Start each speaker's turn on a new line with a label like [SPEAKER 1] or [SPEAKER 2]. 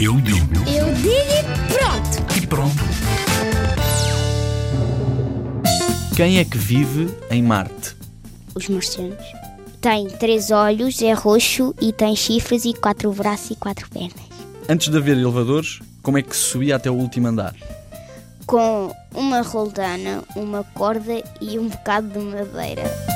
[SPEAKER 1] Eu digo.
[SPEAKER 2] Eu digo e pronto.
[SPEAKER 1] E pronto.
[SPEAKER 3] Quem é que vive em Marte?
[SPEAKER 2] Os marcianos. Tem três olhos, é roxo e tem chifres e quatro braços e quatro pernas.
[SPEAKER 3] Antes de haver elevadores, como é que se subia até o último andar?
[SPEAKER 2] Com uma roldana, uma corda e um bocado de madeira.